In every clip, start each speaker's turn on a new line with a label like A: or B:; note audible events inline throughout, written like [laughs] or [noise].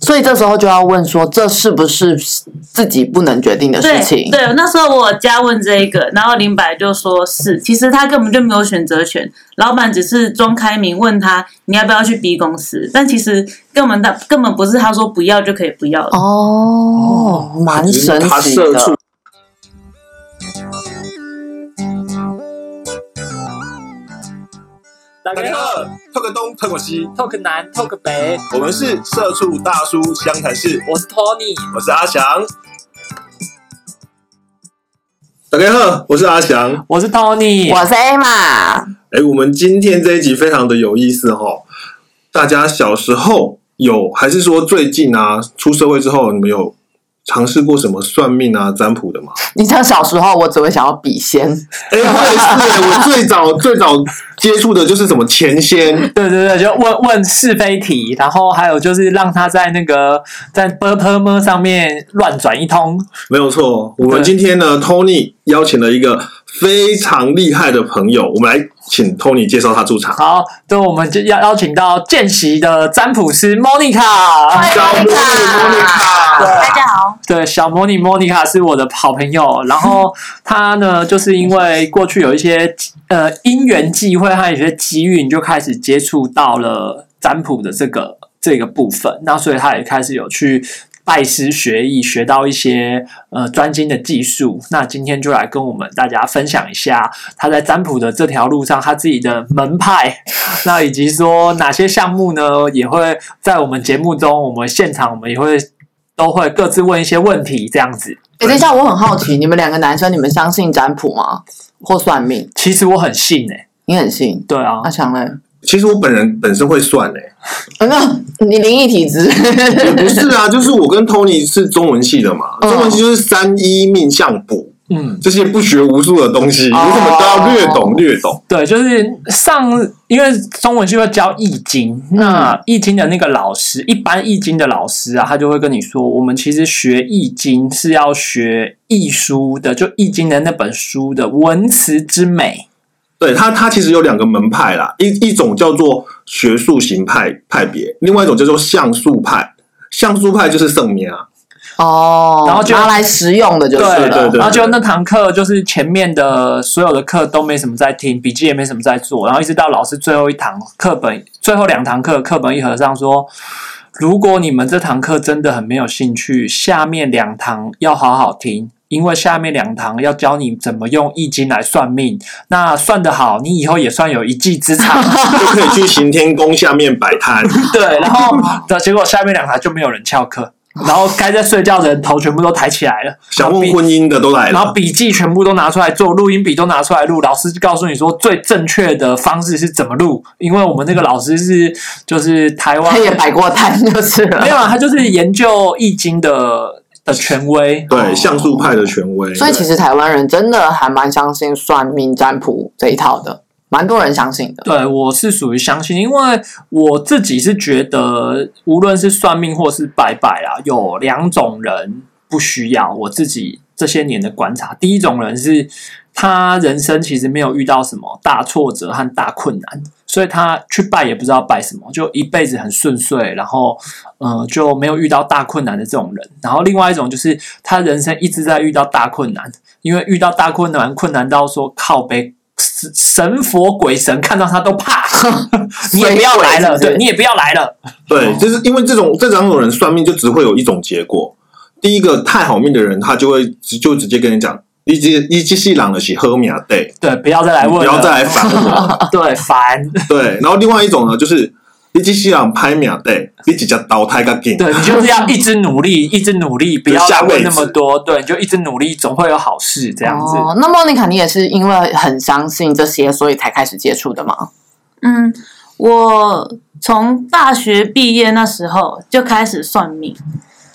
A: 所以这时候就要问说，这是不是自己不能决定的事情？
B: 对，那时候我加问这一个，然后林白就说是，其实他根本就没有选择权，老板只是装开明问他你要不要去 B 公司，但其实根本他根本不是他说不要就可以不要的。
A: 哦，蛮神
C: 他
A: 奇
C: 社畜
A: 的。
D: 大
C: 大
D: 家
C: 家
D: 好
C: 好，透个东，透个西，
D: 透个南，透个北，
C: 我们是社畜大叔湘潭市，
D: 我是 Tony。
C: 我是阿翔。大家好，我是阿翔。
E: 我是 Tony，
A: 我是 A 嘛，
C: 哎，我们今天这一集非常的有意思哦。大家小时候有，还是说最近啊，出社会之后，你们有尝试过什么算命啊、占卜的吗？
A: 你像小时候，我只会想要笔仙，
C: 哎，我也是，我最早最早接触的就是什么钱仙，
E: 对对对，就问问是非题，然后还有就是让他在那个在 b u r p l e 上面乱转一通，
C: 没有错。我们
E: 对
C: 今天呢，Tony 邀请了一个非常厉害的朋友，我们来请 Tony 介绍他出场。
E: 好，就我们就要邀请到见习的占卜师 Monica，
C: 小鹿 Monica
B: 大家好，
E: 对，小魔女 Monica 是我的好朋友，然后她呢，就是因为过去有一些呃因缘际会，还有一些机遇，你就开始接触到了占卜的这个这个部分，那所以她也开始有去。拜师学艺，学到一些呃专精的技术。那今天就来跟我们大家分享一下她在占卜的这条路上，她自己的门派，那以及说哪些项目呢，也会在我们节目中，我们现场我们也会都会各自问一些问题，这样子。
A: 哎，等一下，我很好奇，你们两个男生，你们相信占卜吗？或算命？
E: 其实我很信哎、
A: 你很信？
E: 对啊
A: 阿，强嘞？
C: 其实我本人本身会算诶、
A: 呃那你灵异体 [laughs] 质？
C: 也不是啊，就是我跟 Tony 是中文系的嘛，
A: 嗯
C: 中文系就是三一命相卜
E: 嗯，
C: 这些不学无术的东西，你怎么都要略懂略懂。
E: 对，就是上，因为中文系会教易经，那易经的那个老师，一般易经的老师啊，他就会跟你说，我们其实学易经是要学易书的，就易经的那本书的文辞之美。
C: 对它，它其实有两个门派啦，一一种叫做学术型派派别，另外一种叫做像素派。像素派就是圣明啊，
A: 哦，
E: 然后就
A: 拿来实用的就是了。
E: 对
C: 对对
E: 然后就那堂课，就是前面的所有的课都没什么在听，笔记也没什么在做，然后一直到老师最后一堂课本，最后两堂课课本一合上说，如果你们这堂课真的很没有兴趣，下面两堂要好好听。因为下面两堂要教你怎么用易经来算命，那算得好，你以后也算有一技之
C: [laughs]
E: 长。
C: 就可以去行天宫下面摆摊。
E: 对，然后的结果下面两堂就没有人翘课，然后该在睡觉的人头全部都抬起来了。
C: 想问婚姻的都来
E: 然后
C: 了，
E: 笔记全部都拿出来做，录音笔都拿出来录。老师告诉你说最正确的方式是怎么录，因为我们那个老师是就是台湾
A: 他也摆过摊就是了。
E: 没有啊，他就是研究易经的的权威。
B: 哦
C: 对像素派的权威。
A: 所以其实台湾人真的还蛮相信算命占卜这一套的，蛮多人相信的。
E: 对，我是属于相信，因为我自己是觉得，无论是算命或是拜拜啊，有两种人不需要。我自己这些年的观察，第一种人是他人生其实没有遇到什么大挫折和大困难，所以他去拜也不知道拜什么，就一辈子很顺遂，然后呃就没有遇到大困难的这种人。然后另外一种就是他人生一直在遇到大困难，因为遇到大困难，困难到说靠背。神神佛鬼神看到他都怕，
C: [laughs]
E: 你也不要来了，
A: 水鬼是不是
E: 对你也不要来了，
C: 对，就是因为这种这两种人算命就只会有一种结果。第一个太好命的人，他就会直就直接跟你讲，你这你这细朗的是喝米啊，对，
E: 对，不要再来问
C: 不
E: 了，
C: 要再来烦我。
E: 对烦，
C: 对，然后另外一种呢，就是你这细朗拍米啊，对，你几家倒胎个劲。
E: 对你就是要一直努力，一直努力，不要再问那么多，对，你就一直努力，总会有好事这样子。
A: 哦，那莫妮卡，你也是因为很相信这些，所以才开始接触的吗？
B: 嗯，我从大学毕业那时候就开始算命，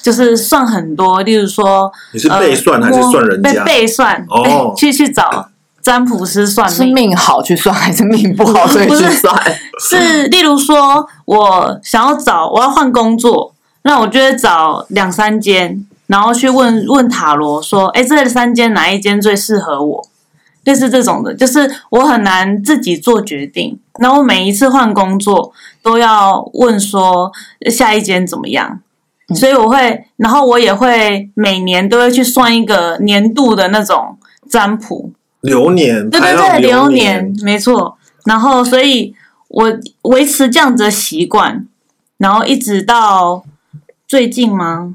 B: 就是算很多，例如说
C: 你是背算
B: 呃
C: 还是算人
B: 摸
C: 家？
B: 被被算，
C: 哦
B: 被去去找占卜师算
A: 是
B: 命。
A: 命好去算，还是命嗯不好所以去算？
B: 是，例如说，我想要找我要换工作，那我就会找两三间，然后去问问塔罗说，哎，这三间哪一间最适合我？类似这种的，就是我很难自己做决定。然后我每一次换工作都要问说呃下一间怎么样，
A: 嗯
B: 所以我会，然后我也会每年都会去算一个年度的那种占卜，
C: 流年，
B: 对对对，
C: 排行
B: 流
C: 年，
B: 没错。然后，所以我维持这样子的习惯，然后一直到最近吗？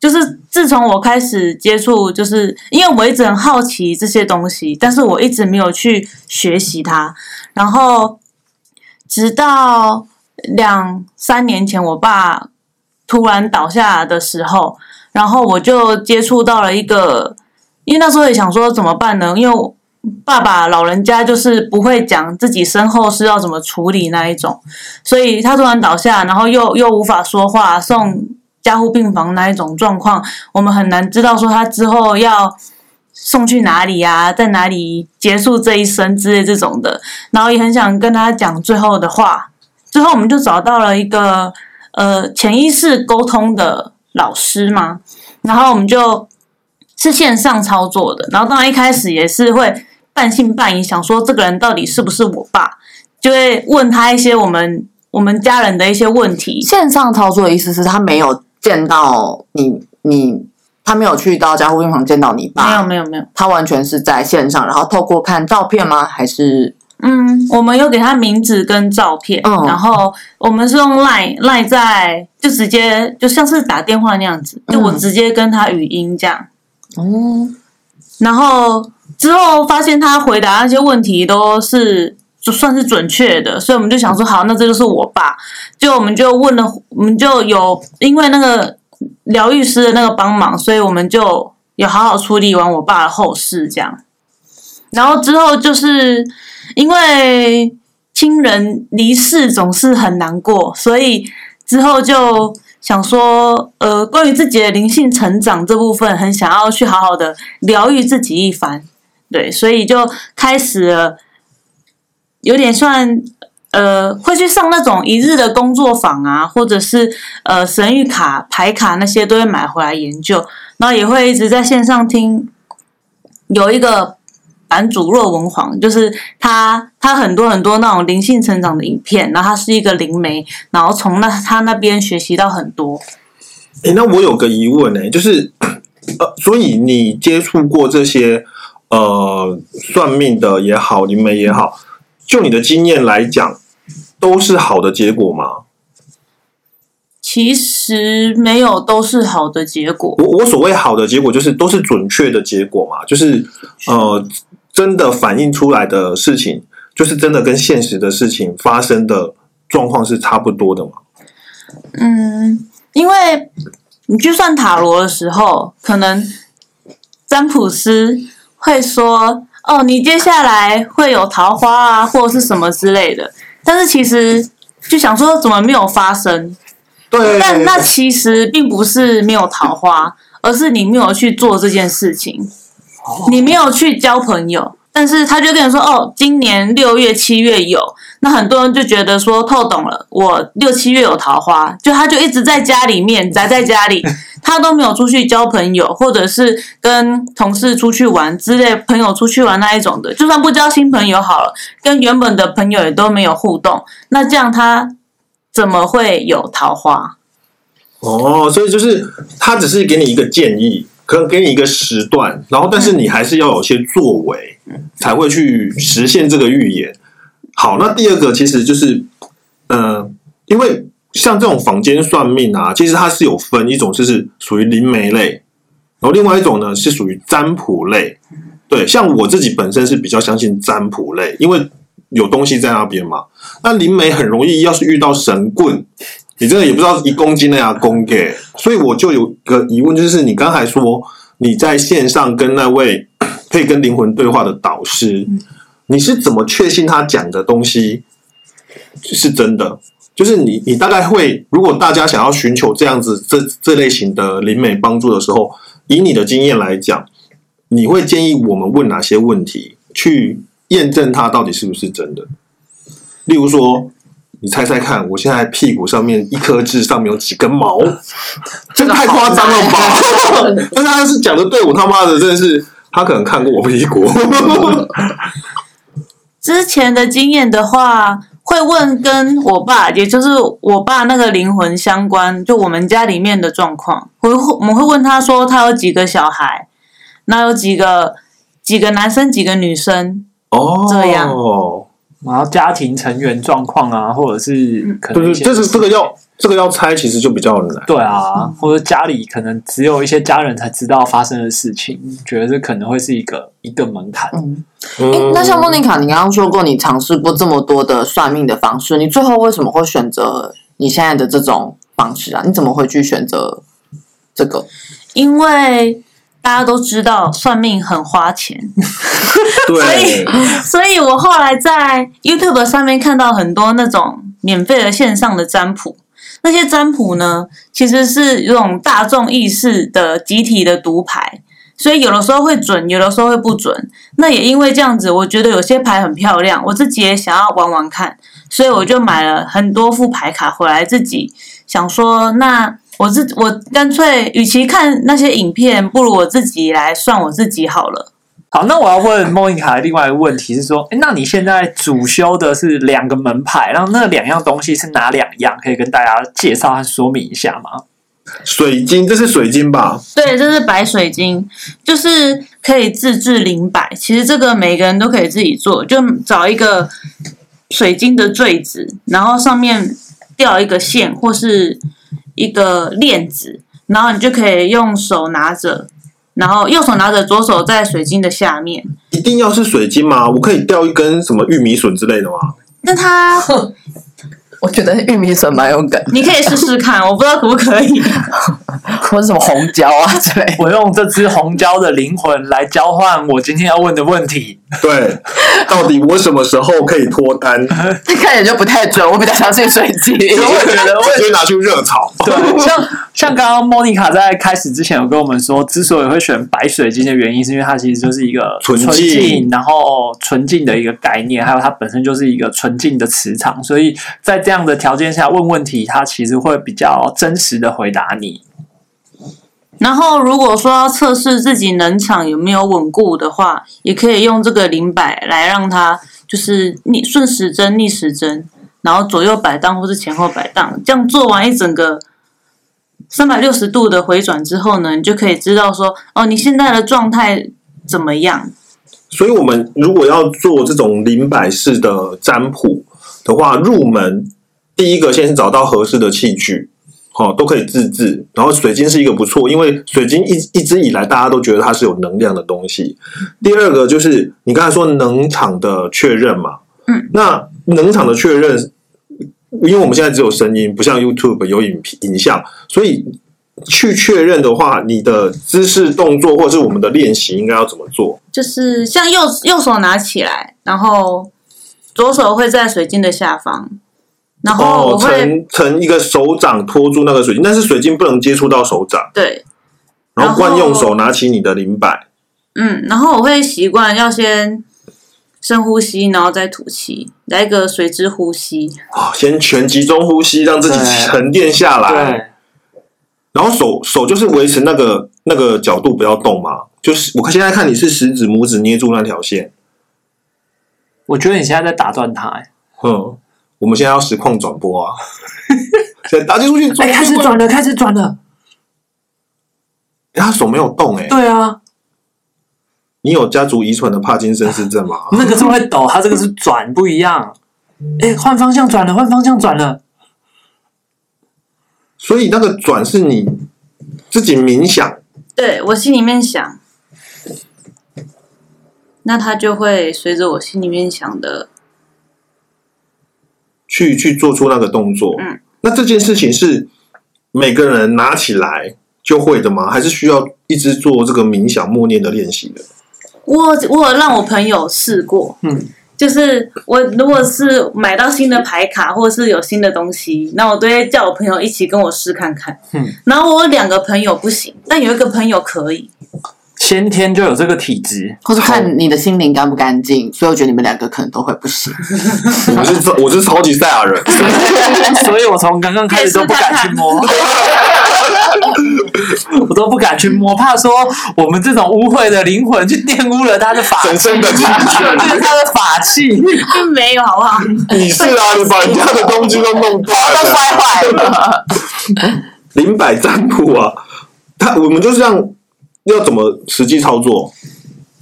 B: 就是自从我开始接触，就是因为我一直很好奇这些东西，但是我一直没有去学习它。然后直到两三年前，我爸突然倒下的时候，然后我就接触到了一个，因为那时候也想说怎么办呢？因为我爸爸老人家就是不会讲自己身后事要怎么处理那一种，所以他突然倒下，然后又又无法说话，送加护病房那一种状况，我们很难知道说他之后要送去哪里啊，在哪里结束这一生之类这种的，然后也很想跟他讲最后的话。最后我们就找到了一个呃潜意识沟通的老师嘛，然后我们就是线上操作的，然后当然一开始也是会半信半疑，想说这个人到底是不是我爸，就会问他一些我们我们家人的一些问题，
A: 线上操作的意思是他没有见到你，你他没有去到加护病房见到你
B: 没有
A: 爸，
B: 没有没有。
A: 他完全是在线上，然后透过看照片吗？还是
B: 嗯，我们有给他名字跟照片，
A: 嗯
B: 然后我们是用 Line Line 在就直接就像是打电话那样子，就我
A: 嗯
B: 直接跟他语音这样，
A: 嗯
B: 然后之后发现他回答那些问题都是就算是准确的，所以我们就想说，好，那这就是我爸。就我们就问了，我们就有因为那个疗愈师的那个帮忙，所以我们就有好好处理完我爸的后事这样。然后之后就是因为亲人离世总是很难过，所以之后就想说，呃，关于自己的灵性成长这部分，很想要去好好的疗愈自己一番。对，所以就开始了，有点算呃，会去上那种一日的工作坊啊，或者是呃神谕卡、牌卡那些都会买回来研究，然后也会一直在线上听。有一个版主若文煌，就是他，他很多很多那种灵性成长的影片，然后他是一个灵媒，然后从那他那边学习到很多。
C: 诶，那我有个疑问呢、就是呃，所以你接触过这些呃算命的也好，灵媒也好，就你的经验来讲，都是好的结果吗？
B: 其实没有都是好的结果，
C: 我我所谓好的结果，就是都是准确的结果嘛，就是呃，真的反映出来的事情，就是真的跟现实的事情发生的状况是差不多的嘛。
B: 嗯，因为你去算塔罗的时候，可能占卜师会说：“哦，你接下来会有桃花啊，或者是什么之类的。”但是其实就想说，怎么没有发生？
C: 对，
B: 但那其实并不是没有桃花，而是你没有去做这件事情，你没有去交朋友。但是他就跟你说，哦，今年六月、七月有，那很多人就觉得说透懂了，我六七月有桃花，就他就一直在家里面宅在家里，他都没有出去交朋友，或者是跟同事出去玩之类，朋友出去玩那一种的，就算不交新朋友好了，跟原本的朋友也都没有互动，那这样他怎么会有桃花？
C: 哦，所以就是他只是给你一个建议，可能给你一个时段，然后但是你还是要有些作为，才会去实现这个预言。好，那第二个其实就是，呃，因为像这种坊间算命啊，其实它是有分一种就是属于灵媒类，然后另外一种呢是属于占卜类。对，像我自己本身是比较相信占卜类，因为有东西在那边嘛。那灵媒很容易，要是遇到神棍，你真的也不知道一公斤的呀公给。所以我就有个疑问，就是你刚才说你在线上跟那位可以跟灵魂对话的导师，你是怎么确信他讲的东西是真的？就是你，你大概会，如果大家想要寻求这样子这这类型的灵媒帮助的时候，以你的经验来讲，你会建议我们问哪些问题去验证它到底是不是真的？例如说，你猜猜看，我现在屁股上面一颗痣上面有几根毛？这太夸张了吧！ [laughs] 但是他是讲的对，我他妈的真的是，他可能看过我屁股。
B: 之前的经验的话，会问跟我爸，也就是我爸那个灵魂相关，就我们家里面的状况，我会我们会问他说他有几个小孩，那有几个几个男生几个女生，
C: 哦，
B: 这样
E: 然后家庭成员状况啊，或者是可
C: 对
E: 能
C: 对，
E: 一些
C: 这是这个要这个要猜，其实就比较难。
E: 对啊，或者家里可能只有一些家人才知道发生的事情，觉得这可能会是一个一个门槛。
A: 嗯，诶
C: 嗯，
A: 那像莫妮卡，你刚刚说过你尝试过这么多的算命的方式，你最后为什么会选择你现在的这种方式啊？你怎么会去选择这个？
B: 因为大家都知道算命很花钱，
C: 对，
B: [laughs] 所以我后来在 YouTube 上面看到很多那种免费的线上的占卜，那些占卜呢，其实是有种大众意识的集体的读牌，所以有的时候会准，有的时候会不准。那也因为这样子，我觉得有些牌很漂亮，我自己也想要玩玩看，所以我就买了很多副牌卡回来，自己想说那。我自我干脆，与其看那些影片，不如我自己来算我自己好了。
E: 好，那我要问莫妮卡的另外一个问题是说，诶那你现在主修的是两个门派，然后那两样东西是哪两样？可以跟大家介绍和说明一下吗？
C: 水晶，这是水晶吧？
B: 对，这是白水晶，就是可以自制灵摆。其实这个每个人都可以自己做，就找一个水晶的坠子，然后上面吊一个线或是一个链子，然后你就可以用手拿着，然后右手拿着，左手在水晶的下面。
C: 一定要是水晶吗？我可以吊一根什么玉米笋之类的吗？
B: 那它，
A: 我觉得玉米笋蛮有梗，
B: 你可以试试看，我不知道可不可以。
A: [laughs] 或者什么红椒啊之类。
E: 我用这只红椒的灵魂来交换我今天要问的问题。
C: 对，到底我什么时候可以脱单？
A: [laughs] 这看起来就不太准，我比较相信水晶。
C: 直接拿去热炒。
E: [laughs] 对，
C: [laughs]
E: 像像刚刚莫妮卡在开始之前有跟我们说，之所以会选白水晶的原因，是因为它其实就是一个
C: 纯净
E: 净，然后纯净的一个概念，还有它本身就是一个纯净的磁场，所以在这样的条件下问问题，它其实会比较真实的回答你。
B: 然后，如果说要测试自己能场有没有稳固的话，也可以用这个零摆来让它就是逆顺时针、逆时针，然后左右摆荡或是前后摆荡。这样做完一整个三百六十度的回转之后呢，你就可以知道说，哦，你现在的状态怎么样？
C: 所以，我们如果要做这种灵摆式的占卜的话，入门第一个先是找到合适的器具，哦，都可以自制。然后，水晶是一个不错，因为水晶一一直以来大家都觉得它是有能量的东西。第二个就是你刚才说能场的确认嘛，
B: 嗯，
C: 那能场的确认，因为我们现在只有声音，不像 YouTube 有影片影像，所以去确认的话，你的姿势、动作或是我们的练习应该要怎么做？
B: 就是像右右手拿起来，然后左手会在水晶的下方，然后
C: 哦
B: 我，会、
C: 成成一个手掌托住那个水晶，但是水晶不能接触到手掌，
B: 对
C: 然后惯用
B: 然后
C: 手拿起你的灵摆。
B: 嗯，然后我会习惯要先深呼吸，然后再吐气，来一个随之呼吸。
C: 哦，先全集中呼吸，让自己
E: 对
C: 沉淀下来，，然后手手就是维持那个那个角度不要动嘛。就是我现在看你是食指、拇指捏住那条线，
E: 我觉得你现在在打断他、欸，
C: 嗯，我们现在要实况转播啊， [laughs] 现在打击出去，
E: 哎、开始转了，开始转了，
C: 哎他手没有动哎、
E: 对啊，
C: 你有家族遗传的帕金森氏症吗？ [laughs]
E: 那个是会抖，他这个是转不一样。哎、换方向转了，换方向转了，
C: 所以那个转是你自己冥想。
B: 对我心里面想，那它就会随着我心里面想的，
C: 去去做出那个动作。
B: 嗯，
C: 那这件事情是每个人拿起来就会的吗？还是需要一直做这个冥想默念的练习的？
B: 我我有让我朋友试过，
E: 嗯，
B: 就是我如果是买到新的牌卡或是有新的东西，那我都会叫我朋友一起跟我试看看。
E: 嗯，
B: 然后我有两个朋友不行，但有一个朋友可以。
E: 先天就有这个体质。
A: 或是看你的心灵干不干净，所以我觉得你们两个可能都会不行。
C: [laughs] 我是超我是超级赛亚
A: [laughs]
C: 人，
E: [laughs] 所以我从刚刚开始都不敢去摸。 [laughs] 我都不敢去摸，怕说我们这种污秽的灵魂去玷污了他的法， [laughs]
C: 神圣的主权。
A: [laughs]
E: 这是他的法
C: [laughs]
E: 器。
B: 并 [laughs] 没有，好不好？
C: 你是啊，你把人家的东西都弄
A: [laughs]
C: 断
A: 都
C: 了。
A: 摔 [laughs] 坏了。
C: 灵摆占卜啊，他我们就这样，要怎么实际操作？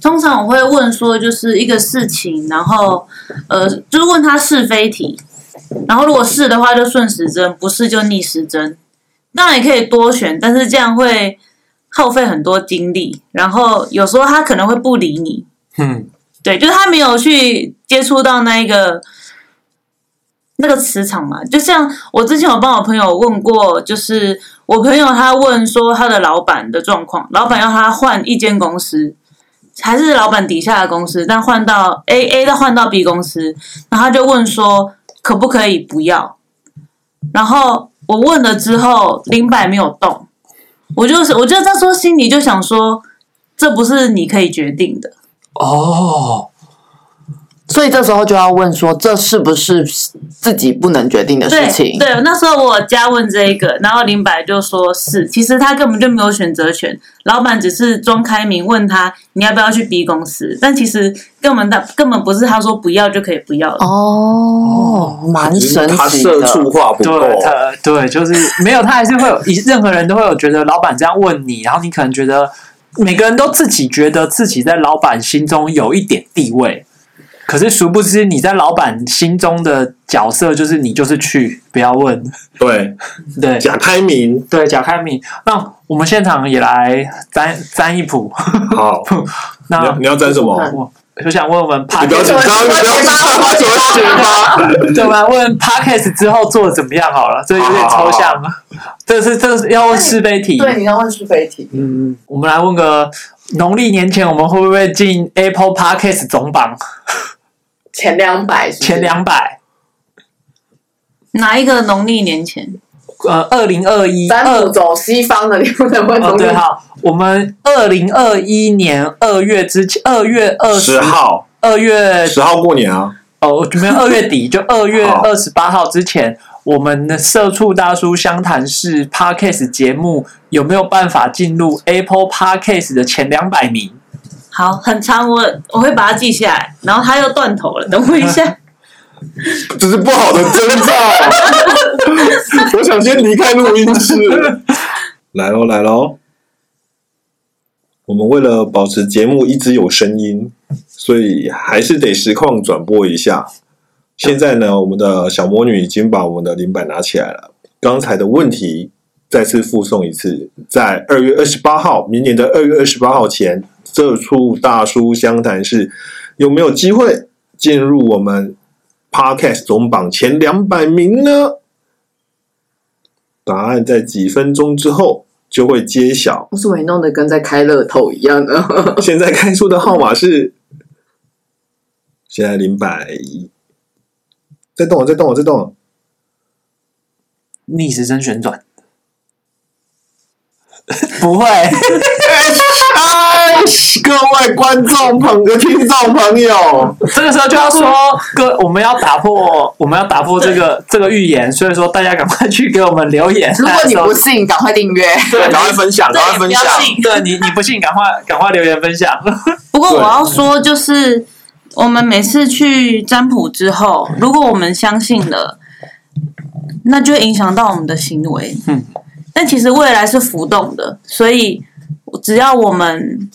B: 通常我会问说，就是一个事情，然后呃，就是问他是非题，然后如果是的话就顺时针，不是就逆时针。当然也可以多选，但是这样会耗费很多精力，然后有时候他可能会不理你，
E: 嗯，
B: 对，就是他没有去接触到那一个那个磁场嘛。就像我之前有帮我朋友问过，就是我朋友他问说他的老板的状况，老板要他换一间公司，还是老板底下的公司，但换到 A A 再换到 B 公司，然后他就问说可不可以不要？然后我问了之后，零百没有动，我就是我就那时候心里就想说，这不是你可以决定的。
E: 哦，
A: 所以这时候就要问说，这是不是自己不能决定的
B: 对
A: 事情？
B: 对，那时候我有加问这一个，然后林白就说是，其实他根本就没有选择权，老板只是装开明问他你要不要去 B 公司，但其实根本他根本不是他说不要就可以不要的。
A: 哦，蛮神
C: 他
A: 奇
C: 社畜
A: 的。
C: 化不够，
E: 对，他对，就是没有，他还是会有，任何人都会有觉得老板这样问你，然后你可能觉得每个人都自己觉得自己在老板心中有一点地位，可是殊不知你在老板心中的角色就是你就是去，不要问，
C: 对，
E: 对。
C: 贾开明，
E: 对，贾开明，那我们现场也来占占一谱。
A: [laughs]
C: 好，你
E: 那
C: 要你要占什么？
A: 嗯
E: 我我想问我们 p o
C: 你不要
E: d
C: 紧
A: [laughs]
C: 张，你不要紧张，我怎么选吧？
E: 对，我们问 podcast 之后做的怎么样好了，这有点抽象。 [laughs] 这是这是要问是非题。
A: 你要问是非题，
E: 嗯，我们来问个农历年前我们会不会进 Apple podcast 总榜
C: 嗯
A: 前两百是不是
E: 前两百？
B: 哪一个农历年前？
E: 呃，二零二一
A: 占卜
E: 二
A: 走西方的，你不能问
E: 哦
A: 中
E: 对
A: 间。
E: 好，我们二零二一年二月之前，二月二
C: 十号，
E: 二月
C: 十号过年啊，
E: 哦，没有，二月底就二月
C: 好
E: 二十八号之前，我们的社畜大叔湘潭市 podcast 节目有没有办法进入 Apple podcast 的前两百名？
B: 好，很长，我我会把它记下来，然后他又断头了，等我一下。
C: 这是不好的征兆。 [laughs] 我想先离开录音室。来喽，来喽！我们为了保持节目一直有声音，所以还是得实况转播一下。现在呢，我们的小魔女已经把我们的灵摆拿起来了。刚才的问题再次附送一次，在二月二十八号，明年的二月二十八号前，这处大叔湘潭市有没有机会进入我们 Podcast 总榜前两百名呢？答案在几分钟之后就会揭晓。
A: 我怎么也弄得跟在开乐透一样 [laughs] 呢？
C: 现在开出的号码是，现在零百一，在动了，在动了，在动了。
E: 逆时针
A: [laughs]
E: 旋转，不会，
C: 哎，各位观众朋友、听众朋友，
E: 这个时候就要说，哥，我们要打破，我们要打破
A: [laughs]
E: 这个这个预言，所以说大家赶快去给我们留言。
A: 如果你不信，赶快订阅。
C: 对， [laughs] 赶快分享，赶快分享。
E: [laughs] 对你你不信，赶快赶快留言分享。
B: 不过
C: 对
B: 我要说，就是我们每次去占卜之后，如果我们相信了，那就会影响到我们的行为。
E: 嗯，
B: 但其实未来是浮动的，所以只要我们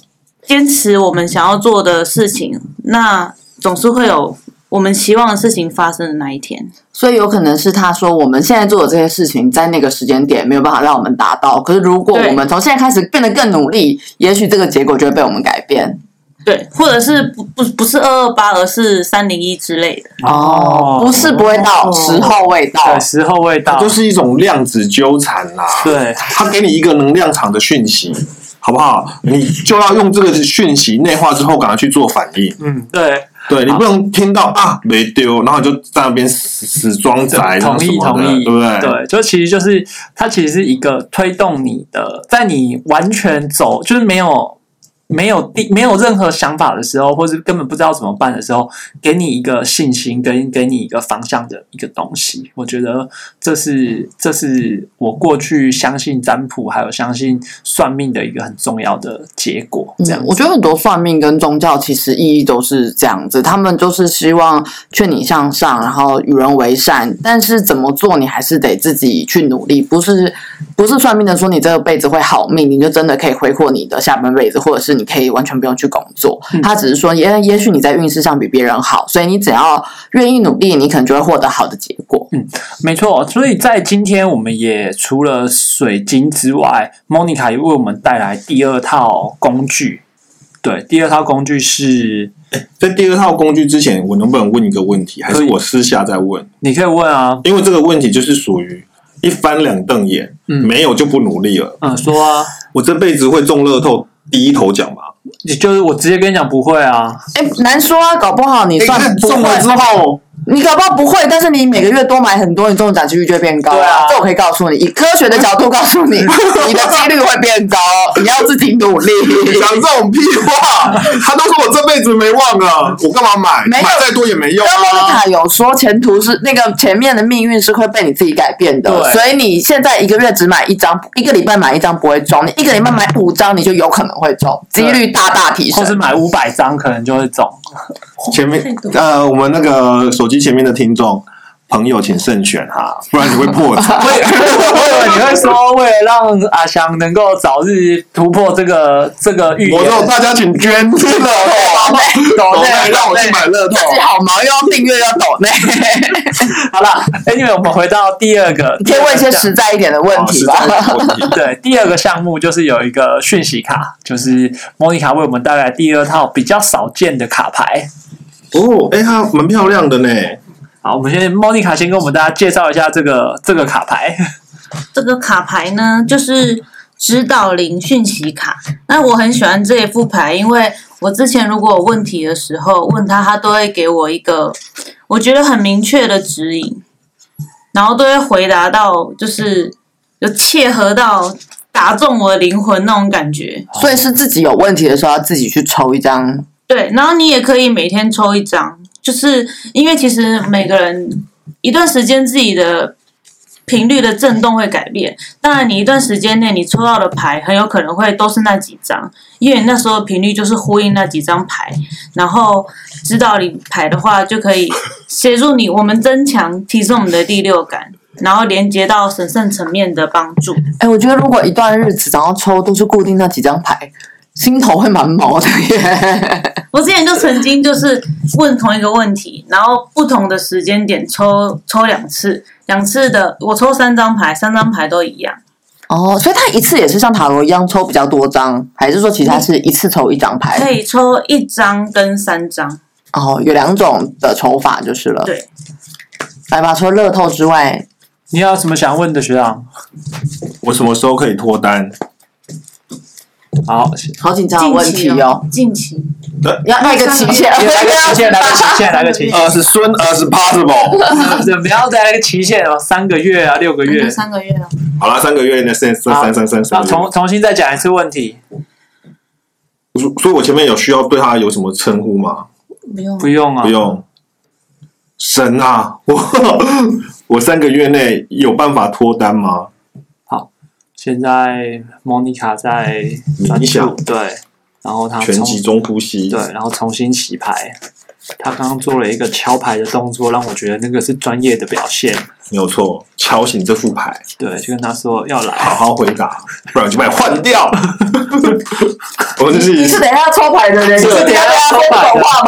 B: 坚持我们想要做的事情，那总是会有我们期望的事情发生的那一天。
A: 所以有可能是他说我们现在做的这些事情，在那个时间点没有办法让我们达到。可是如果
B: 对
A: 我们从现在开始变得更努力，也许这个结果就会被我们改变。
B: 对，或者是不不不是二二八，而是三零一之类的。
A: 不是不会到，
C: 哦
A: 时候未到。
E: 对，时候未到，
C: 就是一种量子纠缠啦、
E: 对，
C: 他给你一个能量场的讯息，好不好？你就要用这个讯息内化之后，赶快去做反应。
E: 嗯，对，
C: 对你不能听到啊没丢，然后你就在那边死死装宅，
E: 同意
C: 然后什么
E: 同
C: 的
E: 意，
C: 对不对？
E: 对，就其实就是它其实是一个推动你的，在你完全走就是没有没有地没有任何想法的时候，或是根本不知道怎么办的时候，给你一个信心，跟给你一个方向的一个东西。我觉得这是这是我过去相信占卜还有相信算命的一个很重要的结果。这样
A: 嗯
E: 子，
A: 我觉得很多算命跟宗教其实意义都是这样子，他们就是希望劝你向上，然后与人为善。但是怎么做，你还是得自己去努力，不是不是算命的说你这个辈子会好命，你就真的可以挥霍你的下半辈子，或者是你可以完全不用去工作。他只是说，也也许你在运势上比别人好，所以你只要愿意努力，你可能就会获得好的结果。
E: 没错，所以在今天我们也除了水晶之外，Monica 也为我们带来第二套工具。对，第二套工具是
C: 在第二套工具之前，我能不能问一个问题？还是
E: 可以
C: 我私下再问？
E: 你可以问啊，
C: 因为这个问题就是属于一翻两瞪眼，
E: 嗯
C: 没有就不努力了。
E: 嗯，说啊，
C: 我这辈子会中乐透第一头奖
E: [laughs]
C: 吗？
E: 你就是我直接跟你讲不会啊，
A: 哎，难说啊，搞不好你
C: 你
A: 算
C: 看
A: 不
C: 中了
A: 会
C: 之后，
A: 你搞不好不会，但是你每个月多买很多，你中奖几率就会变高。
E: 对啊
A: 这我可以告诉你，以科学的角度告诉
E: [laughs]
A: 你，你的几率会变高，你要自己努力。
E: 啊
C: 讲这种屁话，他都说我这辈子没望了，我干嘛买？
A: 没有
C: 买再多也没用
A: 刚莫妮
C: 啊。
A: 卡有说，前途是那个前面的命运是会被你自己改变的，
E: 对
A: 所以你现在一个月只买一张，一个礼拜买一张不会中，你一个礼拜买五张，你就有可能会中，几率大大提
E: 或是
A: 升。
E: 买五百张可能就会中。
C: 前面呃，我们那个手机前面的听众朋友，请慎选哈， [laughs] 不然你会破产。
E: 我以为我以为你会说，为了让阿翔能够早日突破这个这个预
C: 我
E: 言，
C: 说大家请捐助乐透，
A: 抖内
C: 让我去买乐透
A: 自。己好忙，又要订阅，又要抖内，
E: [laughs] 好了，因为我们回到第二个，
A: 你可以问一些实在一点的问
C: 好
A: 题
C: 实
A: 吧
E: 哦
C: 在。有问题
E: 对，第二个项目就是有一个讯息卡，就是莫妮卡为我们带来第二套比较少见的卡牌。
C: 哦，哎，它蛮漂亮的呢。
E: 好，我们先莫妮卡先跟我们大家介绍一下这个这个卡牌。
B: 这个卡牌呢，就是指导灵讯息卡。那我很喜欢这一副牌，因为我之前如果有问题的时候问他，他都会给我一个我觉得很明确的指引，然后都会回答到，就是有切合到打中我的灵魂那种感觉。
A: 所以是自己有问题的时候，要自己去抽一张。
B: 对，然后你也可以每天抽一张，就是因为其实每个人一段时间自己的频率的震动会改变。当然，你一段时间内你抽到的牌很有可能会都是那几张，因为你那时候的频率就是呼应那几张牌。然后指导你牌的话，就可以协助你我们增强、提升我们的第六感，然后连接到神圣层面的帮助。
A: 哎，我觉得如果一段日子然后抽都是固定那几张牌，心头会蛮毛的耶。 [laughs]
B: 我之前就曾经就是问同一个问题，然后不同的时间点抽抽两次，两次的我抽三张牌，三张牌都一样。
A: 哦，所以他一次也是像塔罗一样抽比较多张，还是说其实他是一次抽一张
B: 可
A: 牌？
B: 以抽一张跟三张，
A: 哎哦，有两种的抽法就是了。
B: 对，
A: 来吧，除了乐透之外，
E: 你有什么想问的学长？
C: 我什么时候可以脱单？
E: 好，
A: 好紧张的
B: 近
A: 问题
B: 期
A: 哦，，
B: 近期
A: 要那个期限，
E: 来个期限，来个期限，来个期限，
C: 呃，是 soon as
E: [laughs]
C: possible。
E: 不要哦再来个期限哦，三个月啊，六个
B: 那
E: 月
B: 就。三个月哦了。
C: 好了，三个月那三三
E: 好
C: 三三三
E: 那
C: 三。
E: 重重新再讲一次问题，
C: 所所以，我前面有需要对他有什么称呼吗？
B: 不用
E: 不用啊，
C: 不用。神啊，我 [laughs] 我三个月内有办法脱单吗？
E: 现在莫妮卡在专
C: 冥
E: 注
C: 想
E: 对，然后她
C: 全
E: 重
C: 集中呼吸。
E: 啊对，然后重新洗牌。她刚刚做了一个敲牌的动作，让我觉得那个是专业的表现。
C: 没有错，敲醒这副牌，
E: 对，就跟她说要
C: 好
E: 来，
C: 好回答，不然我就把你换掉。我这是，
A: 你是等一下抽牌的人，你是等一下被他说不懂话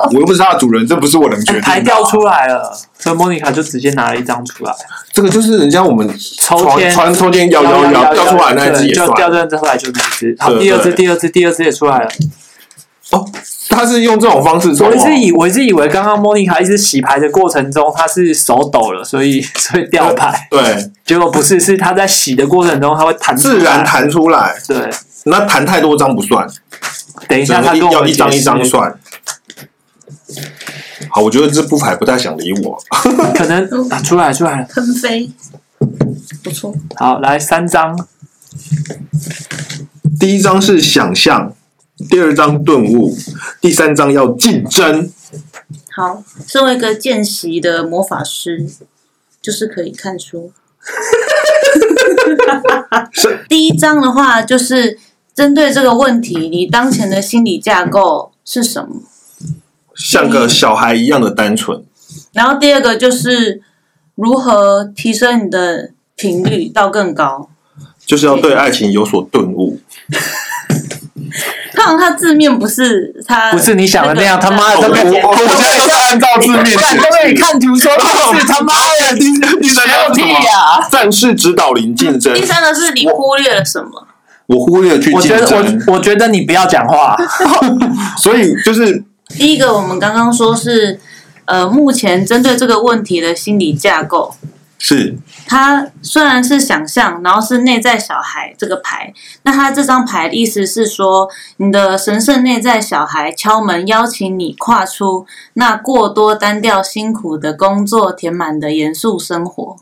A: 吗？
C: 我又不是他的主人，这不是我能决定的。
E: 牌掉出来了，所以莫妮卡就直接拿了一张出来，
C: 这个就是人家我们
E: 抽签
C: 穿抽签摇摇摇掉出来那一只也
E: 对就掉
C: 算。
E: 掉出来就那一只。好，
C: 对
E: 第二只，
C: 对
E: 第二只，第二只也出来了。
C: 哦，他是用这种方式抽哦。
E: 我一直以我一直以为刚刚莫妮卡一直洗牌的过程中，她是手抖了，所以所以掉牌。
C: 对，
E: 结果不是，是她在洗的过程中，她会弹出来
C: 自然。弹出来。
E: 对，
C: 那弹太多张不算，
E: 等一
C: 所
E: 下她
C: 以
E: 跟我
C: 要
E: 们
C: 一张
E: 解
C: 一
E: 释
C: 张，算。好，我觉得这副牌不太想理我。
E: 可能啊出来出来了。
B: 喷飞，不错，
E: 好，来三张，
C: 第一张是想象，第二张顿悟，第三张要竞争。
B: 好。身为一个见习的魔法师，就是可以看书
C: 是。
B: 第一章的话，就是针对这个问题，你当前的心理架构是什么？
C: 像个小孩一样的单纯。
B: 然后第二个就是如何提升你的频率到更高。
C: 就是要对爱情有所顿悟，
B: 通常它字面不是它
E: 不是你想的那样，他妈的，
C: 我
E: 他
C: 我
E: 我
C: 我现在都按照字面
E: 干都被你看图说
C: 哦
E: 是他妈的，
C: 你你在
E: 没有
C: 讲什
E: 屁
C: 么？
E: 呀！
C: 战士指导零竞争
B: 第，三个是你忽略了什么？
C: 我忽略去
E: 我
C: 竞
E: 觉得
C: 争，
E: 我我觉得你不要讲话，
C: 所以就是
B: 第一个我们刚刚说是，呃，目前针对这个问题的心理架构，
C: 是
B: 它虽然是想象，然后是内在小孩这个牌，那它这张牌的意思是说，你的神圣内在小孩敲门邀请你跨出那过多单调辛苦的工作填满的严肃生活，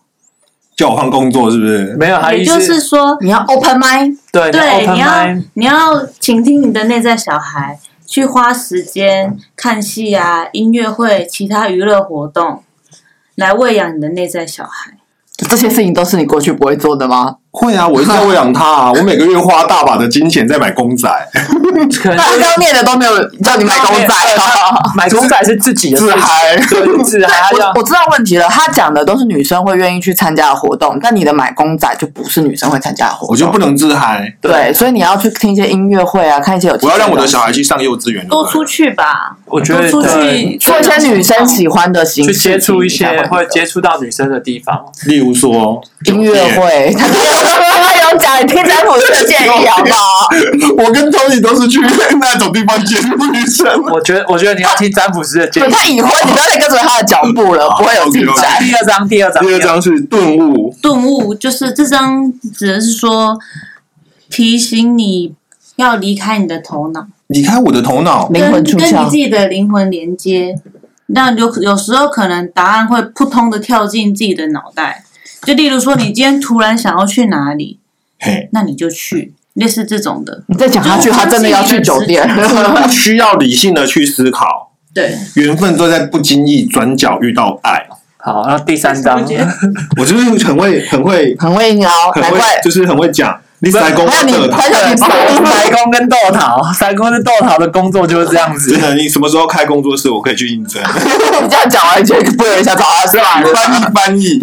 C: 叫我换工作，是不是？
E: 没有，他
B: 也
E: 啊意
B: 就
E: 思
B: 是说，
A: 你要 open mind，
E: 对
B: 对，
E: open
B: 你要
E: mind
B: 你要倾听你的内在小孩，去花时间看戏啊、音乐会、其他娱乐活动，来喂养你的内在小孩。
A: 这些事情都是你过去不会做的吗？
C: 会啊，我一直在喂养他啊，我每个月花大把的金钱在买公仔，
E: 可能
A: 大刚念的都没有叫你买公仔啊。
E: 买公仔是自己的
C: 自
E: 事情，
C: 嗨。
E: 对自嗨，他要
A: 我我知道问题了，他讲的都是女生会愿意去参加的活动，但你的买公仔就不是女生会参加的活动。
C: 我就不能自嗨，
A: 对，所以你要去听一些音乐会啊，看一些有。
C: 我要让我的小孩。去上幼稚园。
B: 多出
C: 去，
B: 去吧，
E: 我觉
B: 多
E: 得
B: 出
E: 对
B: 去
A: 做一些女生喜欢的形
E: 去
A: 式，
E: 接触一
A: 你
E: 些
A: 才
E: 会
A: 会
E: 接触到女生的地方，
C: 例如说
A: 音乐
C: 酒
A: 会。 [laughs] 他有讲，你听詹姆斯的建议好不好？
C: 店，我跟 Tony 都是去那种地方接触女生。
E: 我觉得我觉得你要听占卜师的建
A: 对
E: 议。
A: 他已婚，你不要再跟随他的脚步了，不会有进展。 [laughs]
E: 第二张，第二张，
C: 第二张是顿悟，
B: 顿悟，就是这张指的是说提醒你要离开你的头脑，
C: 离开我的头脑，
A: 灵魂
B: 跟
A: 出
B: 跟你
A: 窍
B: 自，己的灵魂连接。那有有时候可能答案会扑通的跳进自己的脑袋，就例如说，你今天突然想要去哪里，
C: 嘿，
B: 那你就去，类似这种的。
A: 你再讲下去，他真的要去酒店。
C: 不需要理性的去思考，
B: 对，
C: 缘分都在不经意转角遇到爱。
E: 好，那第三张
B: 我觉得
C: 我就是很会，很会，
A: 很会聊，
C: 很
A: 难
C: 会
A: 怪，。
C: 就是很会讲。你 [laughs] 塞公
A: 还有
C: 的
A: 你，还有你
E: 对
A: 塞
E: 塞工跟豆桃， [laughs] 塞工跟豆桃的工作就是这样子
C: 真。的， [laughs] 你什么时候开工作室，我可以去应 [laughs] 征。
A: 你 [laughs] 这样讲完，觉得不有人想找他算了。
C: 翻译翻 [laughs] 译，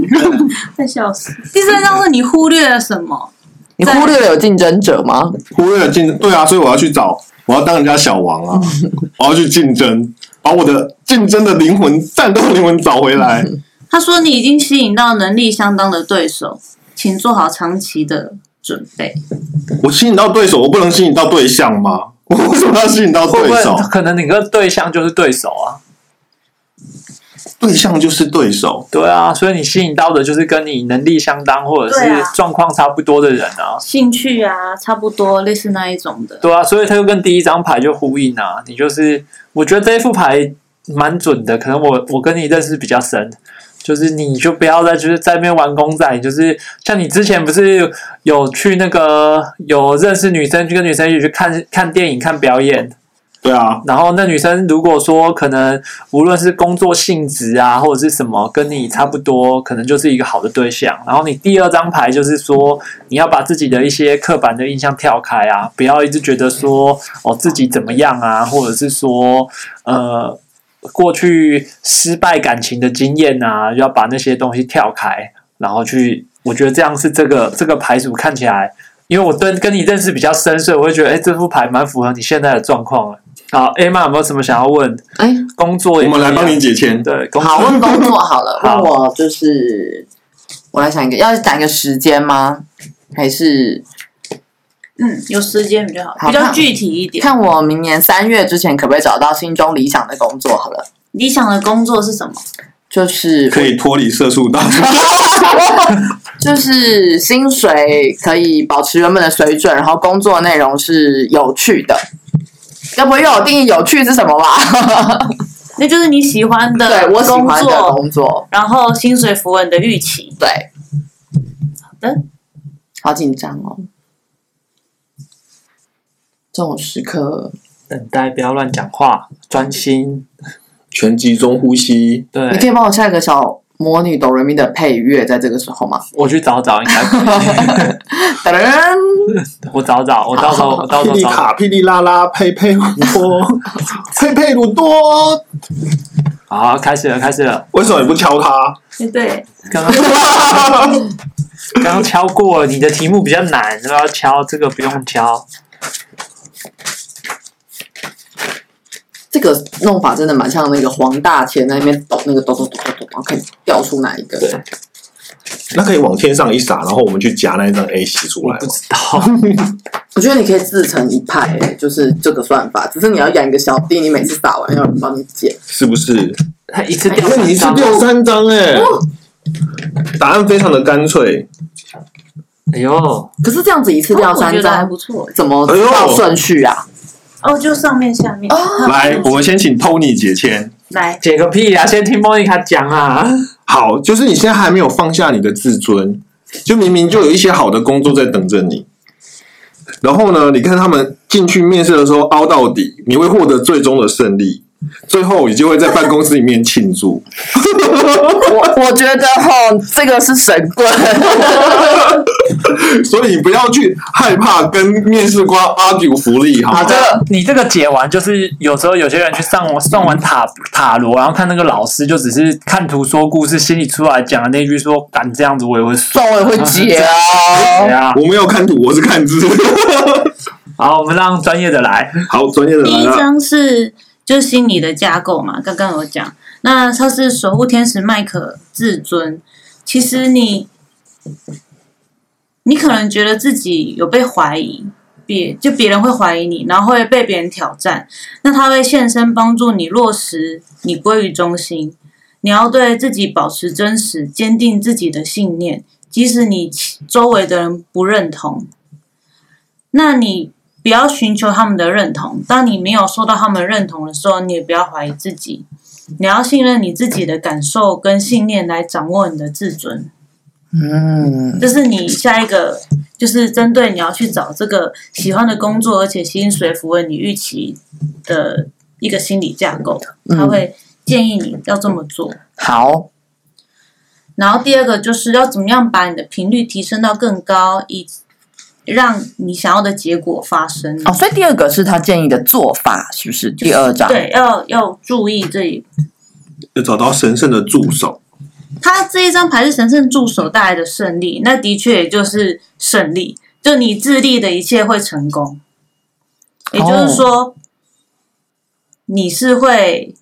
B: 在笑死。第三张是你忽略了什么？
A: 你忽略了有竞争者吗？
C: 忽略了竞争，对啊，所以我要去找，我要当人家小王 [laughs] 啊，我要去竞争，把我的竞争的灵魂、战斗灵魂找回来。
B: 他说你已经吸引到能力相当的对手，请做好长期的准备。
C: 我吸引到对手，我不能吸引到对象吗？我为什么要吸引到
E: 会不
C: 对手？
E: 会可能你跟对象就是对手啊？
C: 对象就是对手，
E: 对啊，所以你吸引到的就是跟你能力相当或者
B: 对
E: 是
B: 啊
E: 状况差不多的人啊。
B: 兴趣啊，差不多类似那一种的。
E: 对啊，所以它就跟第一张牌就呼应啊。你就是，我觉得这一副牌蛮准的，可能我我跟你认识比较深。就是你就不要再就是在那边玩公仔，你就是像你之前不是有去那个有认识女生，去跟女生一起去看看电影、看表演，
C: 对啊，
E: 然后那女生如果说可能无论是工作性质啊，或者是什么，跟你差不多，可能就是一个好的对象。然后你第二张牌就是说，你要把自己的一些刻板的印象跳开啊，不要一直觉得说哦自己怎么样啊，或者是说呃过去失败感情的经验啊，要把那些东西跳开，然后去，我觉得这样是这个这个牌组看起来。因为我对跟你认识比较深，所以我会觉得，哎，这副牌蛮符合你现在的状况的。好，Emma 有没有什么想要问？
A: 哎，
E: 工作
C: 我
E: 也
C: 们来
E: 可以啊
C: 帮你解啊签。
E: 对，工
A: 好，
E: 作
A: 问工作好了，
E: 好
A: 问我就是，我来想一个，要讲一个时间吗？还是
B: 嗯，有时间比较好，
A: 好
B: 比较具体一点。
A: 看我明年三月之前可不可以找到心中理想的工作？好了，
B: 理想的工作是什么？
A: 就是
C: 可以脱离色素大叔，
A: [laughs] 就是薪水可以保持原本的水准，然后工作内容是有趣的。要不要我定义有趣是什么吧？ [laughs]
B: 那就是你喜欢的
A: 对我喜
B: 工
A: 欢的
B: 作，
A: 工作，
B: 然后薪水符合你的预期。
A: 对，好
B: 的，
A: 好紧张哦。这种时刻，
E: 等待，不要乱讲话，专心。
C: 全集中呼吸。
E: 对
A: 你，可以帮我下一个小模拟哆瑞咪的配乐在这个时候吗？
E: 我去找找，应该不
C: [laughs]
E: 会
A: 噔噔
E: 我找找，我到时候我到时
C: 霹
E: 候
C: 雳
E: 找找。
C: 卡、霹雳啦啦、佩佩 [laughs] 鲁多、佩佩鲁多，
E: 好，开始了，开始了，
C: 为什么你不敲他？
B: 对，
E: 刚刚
C: [laughs]
E: 刚刚敲过了，你的题目比较难，要不要敲这个不用敲。
A: 这个弄法真的蛮像那个黄大千在那边抖那个抖抖抖抖抖，然后看掉出哪一个。
E: 对
C: 那可以往天上一撒，然后我们去夹那一张 A 洗出
E: 我
C: 来
E: 不
C: 吗？
E: 知道，
A: 我觉得你可以自成一派、欸，就是这个算法，只是你要养一个小弟，你每次打完要有人帮你解。
C: 是不是？
E: 他一次掉
C: 哎那你
E: 三
C: 是
E: 张，
C: 掉三张哎、答案非常的干脆。
E: 哎呦，
A: 可是这样子一次掉三张，
B: 错。
A: 怎么知道顺序啊？
B: 哦，就上面下面
C: 来，我们先请 Tony 解签。
B: 来，
E: 解个屁啊！先听莫妮卡讲啊。
C: 好，就是你现在还没有放下你的自尊，就明明就有一些好的工作在等着你。然后呢，你看他们进去面试的时候凹到底，你会获得最终的胜利。最后，你就会在办公室里面庆 [laughs] 祝。
A: 我我觉得吼，这个是神 [laughs] 棍，
C: 所以你不要去害怕跟面试官 argue 福利，好
E: 啊，
C: 吗
E: 这？个你这个解完，就是有时候有些人去上网上完塔塔罗，然后看那个老师就只是看图说故事，心里出来讲的那句说“敢这样子，我也会算
A: 算我也会解哦。
E: 啊
C: 我没有看图，我是看字。”。
E: 好，我们让专业的来。
C: [laughs] 好，专业的
B: 第
C: 来
B: 一
C: 了。
B: 张是就是心理的架构嘛，刚刚有讲，那它是守护天使麦克自尊。其实你，你可能觉得自己有被怀疑，别就别人会怀疑你，然后会被别人挑战，那他会现身帮助你落实你归于中心。你要对自己保持真实，坚定自己的信念，即使你其周围的人不认同。那你不要寻求他们的认同。当你没有受到他们认同的时候，你也不要怀疑自己，你要信任你自己的感受跟信念来掌握你的自尊。
A: 嗯，
B: 这是你下一个，就是针对你要去找这个喜欢的工作，而且薪水符合你预期的一个心理架构，他会建议你要这么做。
A: 好，
B: 然后第二个就是要怎么样把你的频率提升到更高，以让你想要的结果发生。
A: 哦，所以第二个是他建议的做法，是不是？第二章，
B: 对，要要注意这里。
C: 要找到神圣的助手，
B: 他这一张牌是神圣助手带来的胜利，那的确也就是胜利，就你致力的一切会成功。也就是说，你是会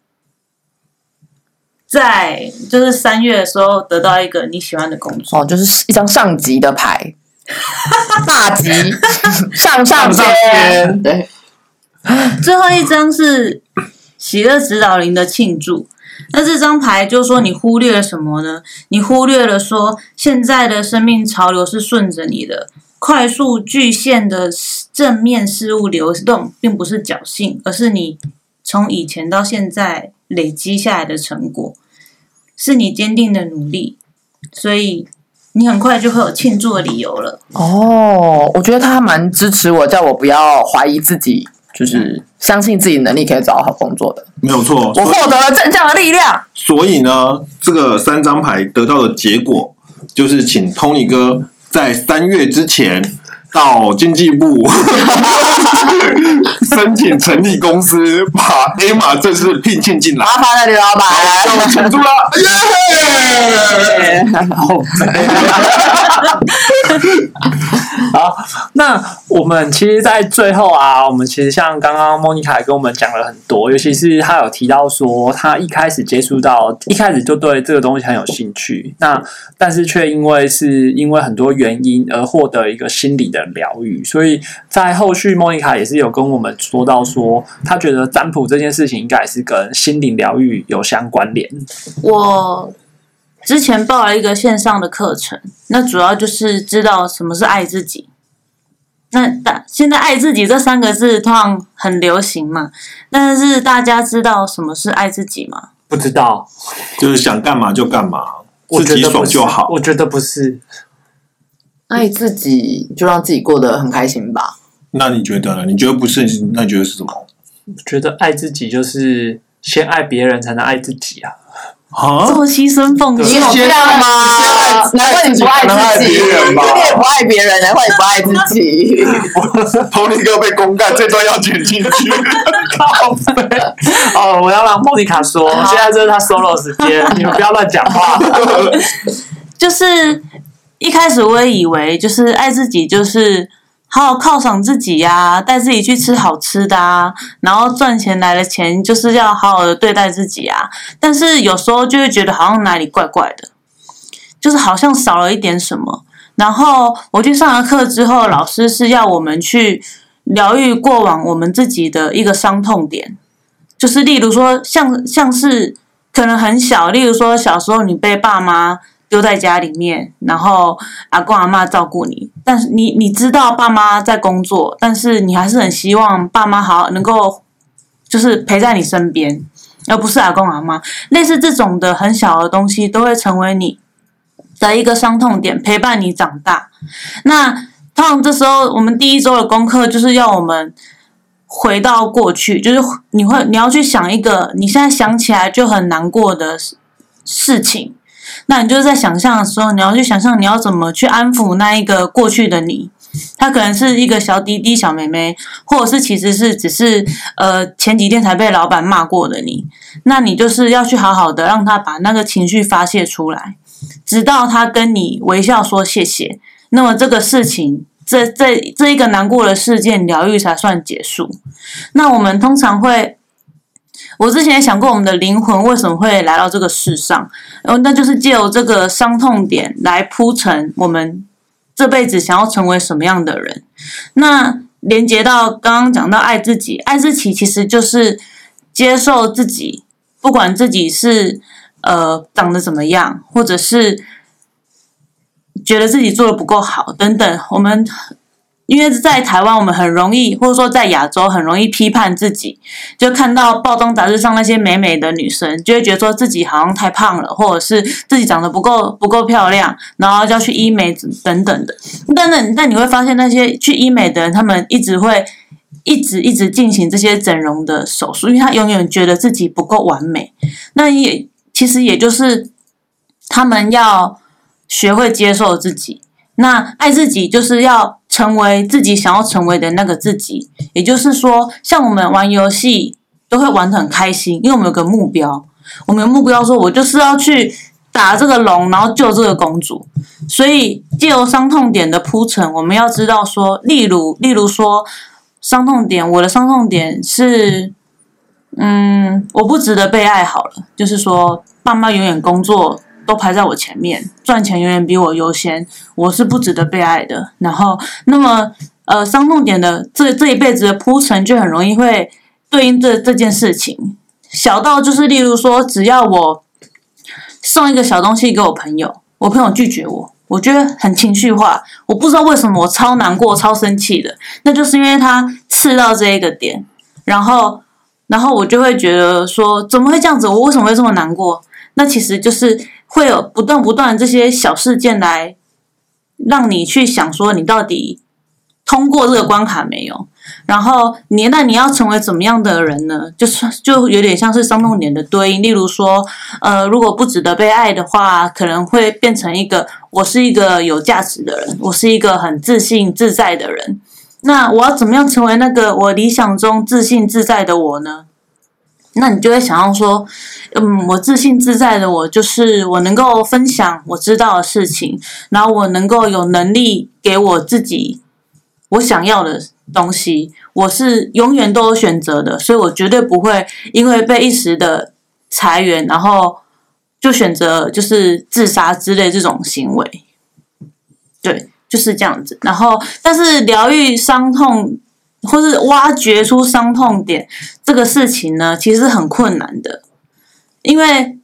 B: 在就是三月的时候得到一个你喜欢的工作。
A: 哦，就是一张上级的牌， [laughs] 大 [laughs] 级上上
E: 上
A: 签，
E: 签
A: 对，
B: 最后一张是喜乐指导灵的庆祝。那这张牌就说你忽略了什么呢？你忽略了说现在的生命潮流是顺着你的，快速局限的正面事物流动，并不是侥幸，而是你从以前到现在累积下来的成果，是你坚定的努力，所以你很快就会有庆祝的理由了。
A: 哦，我觉得他蛮支持我，叫我不要怀疑自己，就是相信自己能力可以找到好工作的。
C: 没有错。
A: 我
C: 所以
A: 获得了正向的力量。
C: 所以呢，这个三张牌得到的结果就是，请 Tony 哥在三月之前到经济 [laughs] 部申请成立公司，把 A 马正式聘请进来。
A: 麻烦了，李老板。
C: 要庆祝了，耶！
E: 好，好，那我们其实，在最后啊，我们其实像刚刚莫妮卡也跟我们讲了很多，尤其是她有提到说，她一开始接触到，一开始就对这个东西很有兴趣，那但是却因为是因为很多原因而获得一个心理的疗愈，所以在后续莫妮卡也是有跟我们说到说，她觉得占卜这件事情应该也是跟心理疗愈有相关联。
B: 我之前报了一个线上的课程，那主要就是知道什么是爱自己。那大现在“爱自己”这三个字通常很流行嘛，但是大家知道什么是爱自己吗？
E: 不知道，
C: 就是想干嘛就干嘛，
E: 我
C: 自
E: 觉
C: 己
E: 得
C: 爽
E: 不是
C: 就好。
E: 我觉得不是，
A: 爱自己，就让自己过得很开心吧。
C: 那你觉得呢？你觉得不是？那你觉得是什么？
E: 我觉得爱自己就是先爱别人才能爱自己啊。
B: 这
C: 啊，
B: 么牺牲奉
A: 你
B: 献，
A: 好漂亮吗？难怪你不爱自己，
F: 难怪你不爱别人吧
A: 你也不爱别人，难怪你不爱自己。
F: Tony 哥被公干，这段要剪进
C: [laughs]
F: 去。
E: 靠背哦，我要让莫妮卡说，现在这是她 solo 时间，你们不要乱讲话。
B: 就是一开始我也以为就是爱自己就是好好犒赏自己呀、带自己去吃好吃的啊，然后赚钱来的钱就是要好好的对待自己啊。但是有时候就会觉得好像哪里怪怪的，就是好像少了一点什么。然后我去上了课之后，老师是要我们去疗愈过往我们自己的一个伤痛点，就是例如说像像是可能很小，例如说小时候你被爸妈丢在家里面，然后阿公阿妈照顾你，但是你你知道爸妈在工作，但是你还是很希望爸妈好能够就是陪在你身边，而不是阿公阿妈。类似这种的很小的东西，都会成为你的一个伤痛点，陪伴你长大。那通常这时候，我们第一周的功课就是要我们回到过去，就是你会你要去想一个你现在想起来就很难过的事事情。那你就是在想象的时候，你要去想象你要怎么去安抚那一个过去的你。她可能是一个小弟弟、小妹妹，或者是其实是只是呃前几天才被老板骂过的你。那你就是要去好好的让他把那个情绪发泄出来，直到他跟你微笑说谢谢。那么这个事情，这这这一个难过的事件疗愈才算结束。那我们通常会，我之前也想过，我们的灵魂为什么会来到这个世上？然后那就是借由这个伤痛点来铺陈我们这辈子想要成为什么样的人。那连接到刚刚讲到爱自己，爱自己其实就是接受自己，不管自己是呃长得怎么样，或者是觉得自己做的不够好等等，我们。因为在台湾，我们很容易，或者说在亚洲很容易批判自己，就看到报章杂志上那些美美的女生，就会觉得说自己好像太胖了，或者是自己长得不够不够漂亮，然后就要去医美等等的。但但但你会发现，那些去医美的人，他们一直会一直一直进行这些整容的手术，因为他永远觉得自己不够完美。那也其实也就是他们要学会接受自己。那爱自己就是要成为自己想要成为的那个自己，也就是说，像我们玩游戏都会玩得很开心，因为我们有个目标，我们有目标说，我就是要去打这个龙，然后救这个公主。所以借由伤痛点的铺陈，我们要知道说，例如，例如说伤痛点，我的伤痛点是，嗯，我不值得被爱好了，就是说，爸妈永远工作都排在我前面，赚钱永远比我优先，我是不值得被爱的。然后，那么，呃，伤痛点的这这一辈子的铺陈，就很容易会对应这这件事情，小到就是例如说，只要我送一个小东西给我朋友，我朋友拒绝我，我觉得很情绪化，我不知道为什么我超难过、超生气的，那就是因为他刺到这一个点，然后，然后我就会觉得说，怎么会这样子？我为什么会这么难过？那其实就是会有不断不断的这些小事件来让你去想说，你到底通过这个关卡没有？然后你那你要成为怎么样的人呢？就是就有点像是伤痛点的对应，例如说，呃，如果不值得被爱的话，可能会变成一个我是一个有价值的人，我是一个很自信自在的人。那我要怎么样成为那个我理想中自信自在的我呢？那你就会想要说，嗯，我自信自在的我就是我能够分享我知道的事情，然后我能够有能力给我自己我想要的东西，我是永远都有选择的，所以我绝对不会因为被一时的裁员，然后就选择就是自杀之类这种行为。对，就是这样子。然后，但是疗愈伤痛或是挖掘出伤痛点这个事情呢，其实是很困难的，因为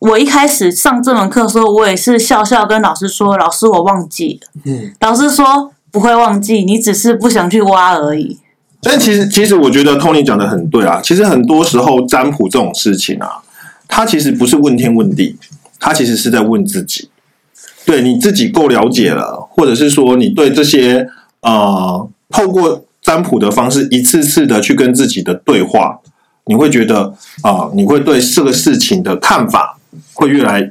B: 我一开始上这门课的时候，我也是笑笑跟老师说：“老师，我忘记了。”嗯，老师说不会忘记，你只是不想去挖而已。
C: 但其实其实我觉得 Tony 讲的很对啊。其实很多时候占卜这种事情啊，它其实不是问天问地，它其实是在问自己。对你自己够了解了，或者是说你对这些呃，透过占卜的方式一次次的去跟自己的对话，你会觉得啊、呃你会对这个事情的看法会越来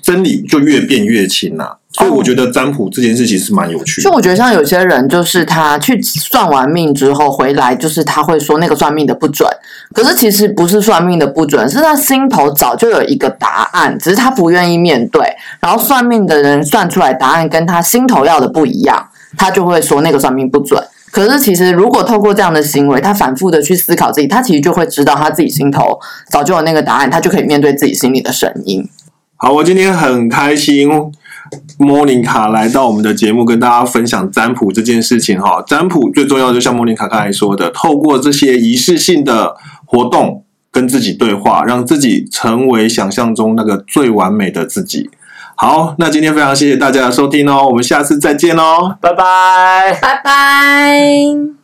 C: 真理就越变越轻啊。所以我觉得占卜这件事情是蛮有趣的
A: 就。我觉得像有些人，就是他去算完命之后回来，就是他会说那个算命的不准，可是其实不是算命的不准，是他心头早就有一个答案，只是他不愿意面对。然后算命的人算出来答案跟他心头要的不一样，他就会说那个算命不准。可是其实如果透过这样的行为，他反复的去思考自己，他其实就会知道他自己心头早就有那个答案，他就可以面对自己心里的声音。
C: 好，我今天很开心，莫妮卡来到我们的节目，跟大家分享占卜这件事情哈。占卜最重要，就像莫妮卡刚才说的，透过这些仪式性的活动跟自己对话，让自己成为想象中那个最完美的自己。好，那今天非常谢谢大家的收听哦，我们下次再见哦。
E: 拜拜。
G: 拜拜。